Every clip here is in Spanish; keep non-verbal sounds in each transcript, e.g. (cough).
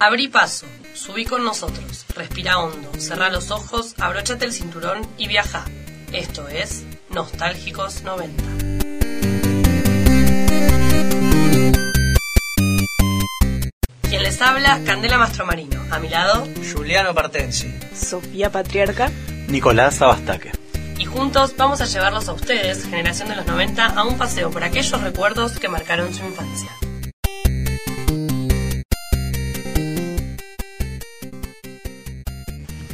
Abrí paso, subí con nosotros, respira hondo, cerrá los ojos, abróchate el cinturón y viaja. Esto es Nostálgicos 90. Quien les habla, Candela Mastromarino. A mi lado, Juliano Partensi. Sofía Patriarca. Nicolás Abastaque. Y juntos vamos a llevarlos a ustedes, generación de los 90, a un paseo por aquellos recuerdos que marcaron su infancia.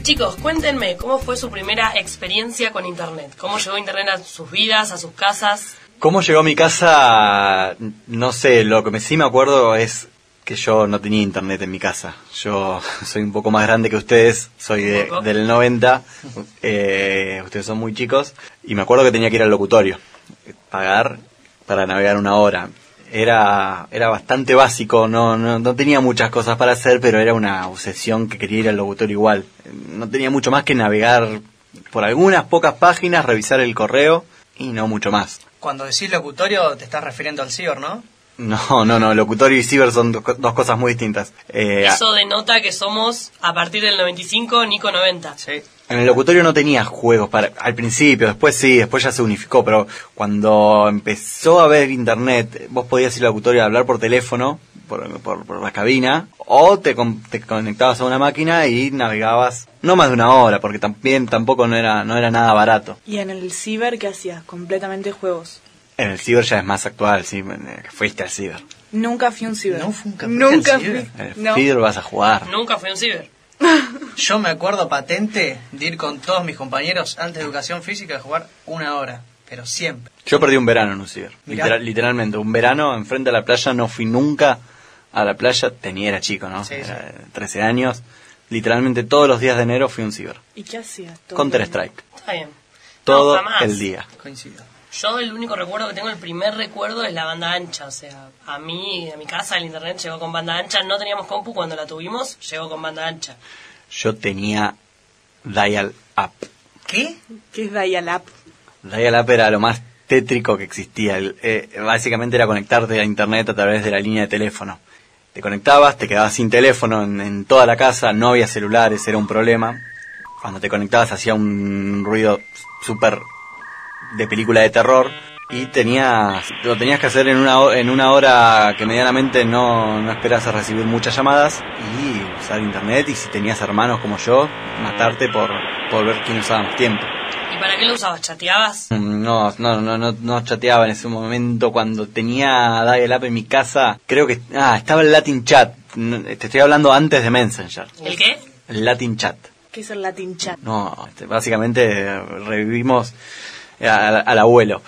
Chicos, cuéntenme cómo fue su primera experiencia con Internet. ¿Cómo llegó Internet a sus vidas, a sus casas? ¿Cómo llegó a mi casa? No sé, lo que me- sí me acuerdo es que yo no tenía internet en mi casa. Yo (laughs) soy un poco más grande que ustedes, soy de- Un poco. del 90, eh, ustedes son muy chicos, y me acuerdo que tenía que ir al locutorio, pagar para navegar una hora. Era, era bastante básico, no, no, no tenía muchas cosas para hacer, pero era una obsesión que quería ir al locutorio igual. No tenía mucho más que navegar por algunas pocas páginas, revisar el correo y no mucho más. Cuando decís locutorio te estás refiriendo al CIBOR, ¿no? No, no, no, locutorio y ciber son dos, co- dos cosas muy distintas. Eh, Eso denota que somos, a partir del 95, Nico 90. Sí. en el locutorio no tenía juegos para, al principio, después sí, después ya se unificó, pero cuando empezó a haber internet, vos podías ir al locutorio a hablar por teléfono, por, por, por la cabina, o te, con- te conectabas a una máquina y navegabas no más de una hora, porque también tampoco no era, no era nada barato. Y en el ciber, ¿qué hacías? Completamente juegos. En el ciber ya es más actual, sí, eh, fuiste al ciber. Nunca fui a un ciber. No fue un campeón Nunca del ciber. fui. En el No. ciber vas a jugar. Nunca fue un ciber. Yo me acuerdo patente de ir con todos mis compañeros antes de educación física a jugar una hora, pero siempre. Yo perdí un verano en un ciber. Mirá. Literal- literalmente, un verano enfrente a la playa, no fui nunca a la playa, tenía, era chico, ¿no? Sí, Era de 13 años. Literalmente todos los días de enero fui a un ciber. ¿Y qué hacías? Todo Counter el día. Strike. Está bien. Todo No, jamás. el día. Coincido. Yo el único recuerdo que tengo, el primer recuerdo es la banda ancha, o sea, a mí, a mi casa el internet llegó con banda ancha, no teníamos compu cuando la tuvimos, llegó con banda ancha. Yo tenía Dial Up. ¿Qué? ¿Qué es Dial Up? Dial Up era lo más tétrico que existía. El- eh, básicamente era conectarte a internet a través de la línea de teléfono. Te conectabas, te quedabas sin teléfono en, en toda la casa, no había celulares, era un problema. Cuando te conectabas hacía un ruido súper de película de terror y tenías lo tenías que hacer en una ho- en una hora que medianamente no, no esperas a recibir muchas llamadas y usar internet y si tenías hermanos como yo matarte por por ver quién usaba más tiempo ¿Y para qué lo usabas? ¿Chateabas? no, no, no, no, no chateaba en ese momento cuando tenía Dial Up en mi casa. Creo que ah, estaba el Latin Chat. No, Te estoy hablando antes de Messenger. ¿El qué? El Latin Chat. ¿Qué es el Latin Chat? No, este, básicamente eh, revivimos a- al, al (laughs) abuelo.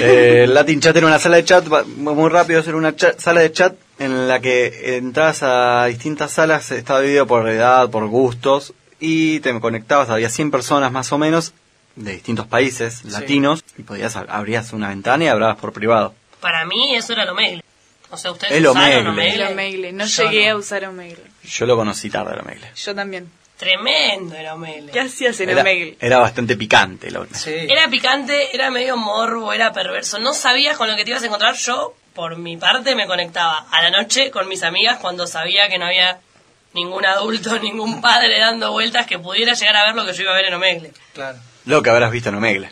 Eh, el Latin Chat era una sala de chat, va- muy rápido, era una cha- sala de chat en la que entrabas a distintas salas, estaba dividido por edad, por gustos, y te conectabas, había 100 personas más o menos de distintos países latinos, y podías ab- abrías una ventana y hablabas por privado. Para mí eso era lo mail. O sea, ustedes El usaron Omegle. Omegle. El Omegle. No Yo llegué no. a usar Omegle. Yo lo conocí tarde, el Omegle. Yo también. Tremendo era Omegle. ¿Qué hacías en Era, Omegle? era bastante picante el Omegle. Sí. Era picante, era medio morbo, era perverso. No sabías con lo que te ibas a encontrar. Yo, por mi parte, me conectaba a la noche con mis amigas cuando sabía que no había ningún adulto, (laughs) ningún padre dando vueltas que pudiera llegar a ver lo que yo iba a ver en Omegle. Claro. Lo que habrás visto en Omegle.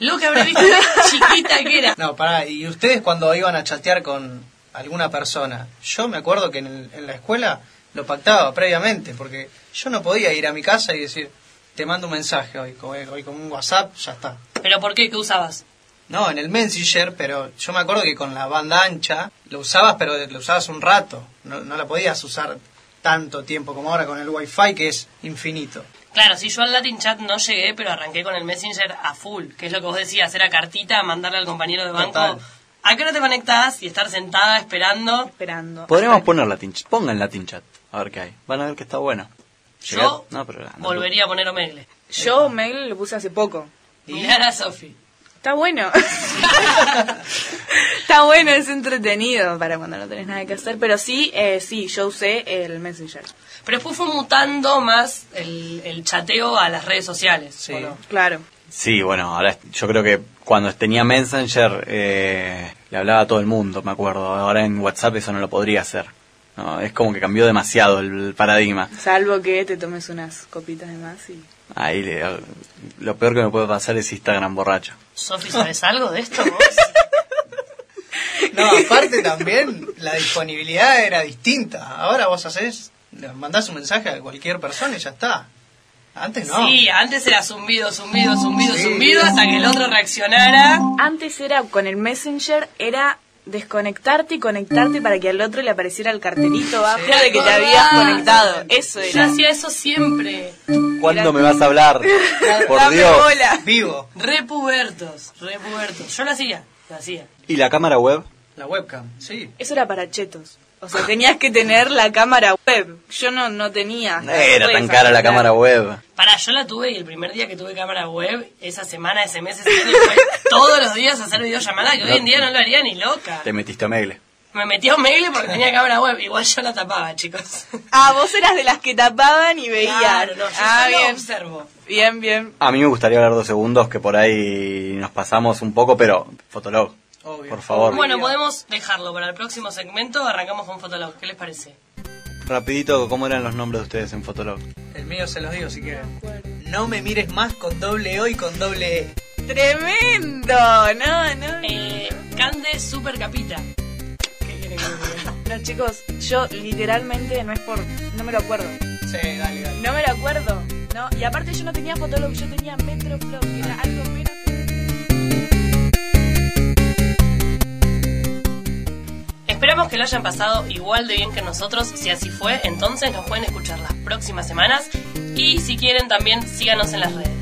Lo que habré visto de chiquita que era. No, pará, y ustedes cuando iban a chatear con alguna persona, yo me acuerdo que en, el- en la escuela lo pactaba previamente, porque yo no podía ir a mi casa y decir, te mando un mensaje hoy, co- eh, hoy, con un WhatsApp, ya está. ¿Pero por qué? ¿Qué usabas? No, en el Messenger, pero yo me acuerdo que con la banda ancha lo usabas, pero lo usabas un rato, no, no la podías usar tanto tiempo como ahora con el Wi-Fi, que es infinito. Claro, sí, yo al Latin Chat no llegué, pero arranqué con el Messenger a full, que es lo que vos decías, era cartita, mandarle al compañero de banco. Total. ¿A qué hora te conectás? Y estar sentada esperando. Esperando. Podríamos poner Latin Chat. Pongan Latin Chat. A ver qué hay. Van a ver que está bueno. Yo Llega- no, pero no, volvería a poner Omegle. Yo Omegle lo puse hace poco. Mirar a Sofi. Está bueno. (laughs) Está bueno, es entretenido para cuando no tenés nada que hacer. Pero sí, eh, sí, yo usé el Messenger. Pero después fue mutando más el, el chateo a las redes sociales. Sí. ¿o no? Claro. Sí, bueno, ahora es- yo creo que cuando tenía Messenger eh, le hablaba a todo el mundo, me acuerdo. Ahora en WhatsApp eso no lo podría hacer. No, es como que cambió demasiado el paradigma. Salvo que te tomes unas copitas de más y... Ahí le- lo peor que me puede pasar es Instagram borracho. Sofi, (laughs) ¿sabes algo de esto vos? No, aparte también la disponibilidad era distinta. Ahora vos haces, le mandás un mensaje a cualquier persona y ya está. Antes (laughs) no. Sí, antes era zumbido, zumbido, zumbido, Sí. zumbido, hasta que el otro reaccionara. Antes era con el Messenger, era desconectarte y conectarte para que al otro le apareciera el Mm. cartelito abajo de que te habías conectado. Eso Ah, Yo era. hacía eso siempre. ¿Cuándo me vas a hablar? Por Dame Dios. bola. Vivo, Repubertos, repubertos. Yo lo hacía, lo hacía. ¿Y la cámara web? la webcam, sí. Eso era para chetos. O sea, tenías que tener la cámara web. Yo no, no tenía. No Eh. era tan cara la cámara web. Pará, yo la tuve y el primer día que tuve cámara web, esa semana, ese mes, ese año, (laughs) fue todos los días hacer videollamada, que hoy en día no lo haría ni loca. Te metiste a Megle. Me metí a un mail porque tenía cámara web, igual yo la tapaba, chicos. Ah, vos eras de las que tapaban y veían. Claro, no, yo ah, solo bien. observo. Bien, bien. A mí me gustaría hablar dos segundos, que por ahí nos pasamos un poco, pero Fotolog, Obvio. por favor. Bueno, podemos dejarlo para el próximo segmento, arrancamos con Fotolog, ¿qué les parece? Rapidito, ¿cómo eran los nombres de ustedes en Fotolog? El mío se los digo si quieren. No me mires más con doble O y con doble E. Tremendo. No, no. Eh, Cande Supercapita. ¿Qué quieren que les diga? No, chicos, yo literalmente no es por. No me lo acuerdo. Sí, dale, dale. No me lo acuerdo. No, y aparte yo no tenía Fotolog, yo tenía Metroflog, que era algo menos que... Esperamos que lo hayan pasado igual de bien que nosotros. Si así fue, entonces nos pueden escuchar las próximas semanas. Y si quieren, también síganos en las redes.